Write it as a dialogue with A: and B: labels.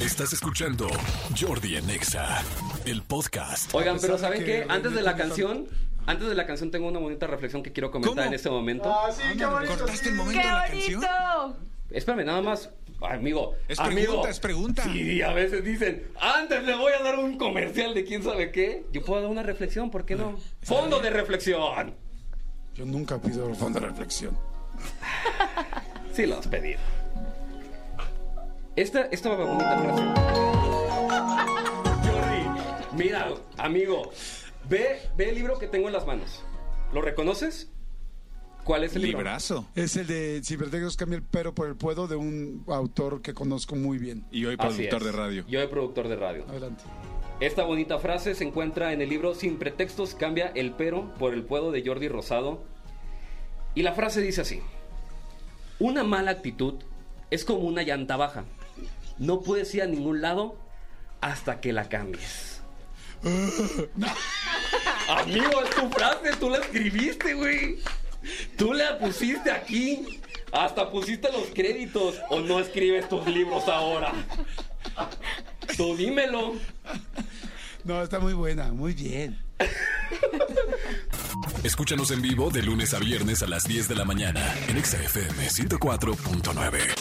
A: Estás escuchando Jordi en EXA, el podcast.
B: Oigan, pero
C: pesar de
B: ¿saben
C: que
B: qué? Antes de la
C: Benito
B: canción, antes de la canción tengo una bonita reflexión que quiero comentar
D: ¿Cómo?
B: en este momento.
C: Ah, sí, qué bonito.
D: Cortaste
C: sí.
D: el momento
E: ¡Qué
D: de la
E: bonito!
D: canción.
B: Espérame, nada más, amigo.
D: Es
B: amigo.
D: pregunta, es pregunta.
B: Sí, a veces dicen, antes le voy a dar un comercial de quién sabe qué. Yo puedo dar una reflexión, ¿por qué no? Fondo de reflexión.
C: Yo nunca pido el fondo de reflexión.
B: Sí, lo has pedido. Esta, esta bonita frase. Jordi, mira, amigo, ve, ve el libro que tengo en las manos. ¿Lo reconoces? ¿Cuál es el libro?
D: Librazo.
C: Es el de Ciberdegos cambia el pero por el puedo de un autor que conozco muy bien.
D: Y hoy
B: Así
D: productor
B: es.
D: de radio.
B: Yo soy productor de radio.
C: Adelante.
B: Esta bonita frase se encuentra en el libro Sin pretextos cambia el pero por el puedo de Jordi Rosado. Y la frase dice así. Una mala actitud es como una llanta baja. No puedes ir a ningún lado hasta que la cambies. Amigo, es tu frase, tú la escribiste, güey. Tú la pusiste aquí. Hasta pusiste los créditos o no escribes tus libros ahora. Tú dímelo.
C: No, está muy buena, muy bien.
A: Escúchanos en vivo de lunes a viernes a las 10 de la mañana en Exa FM 104.9.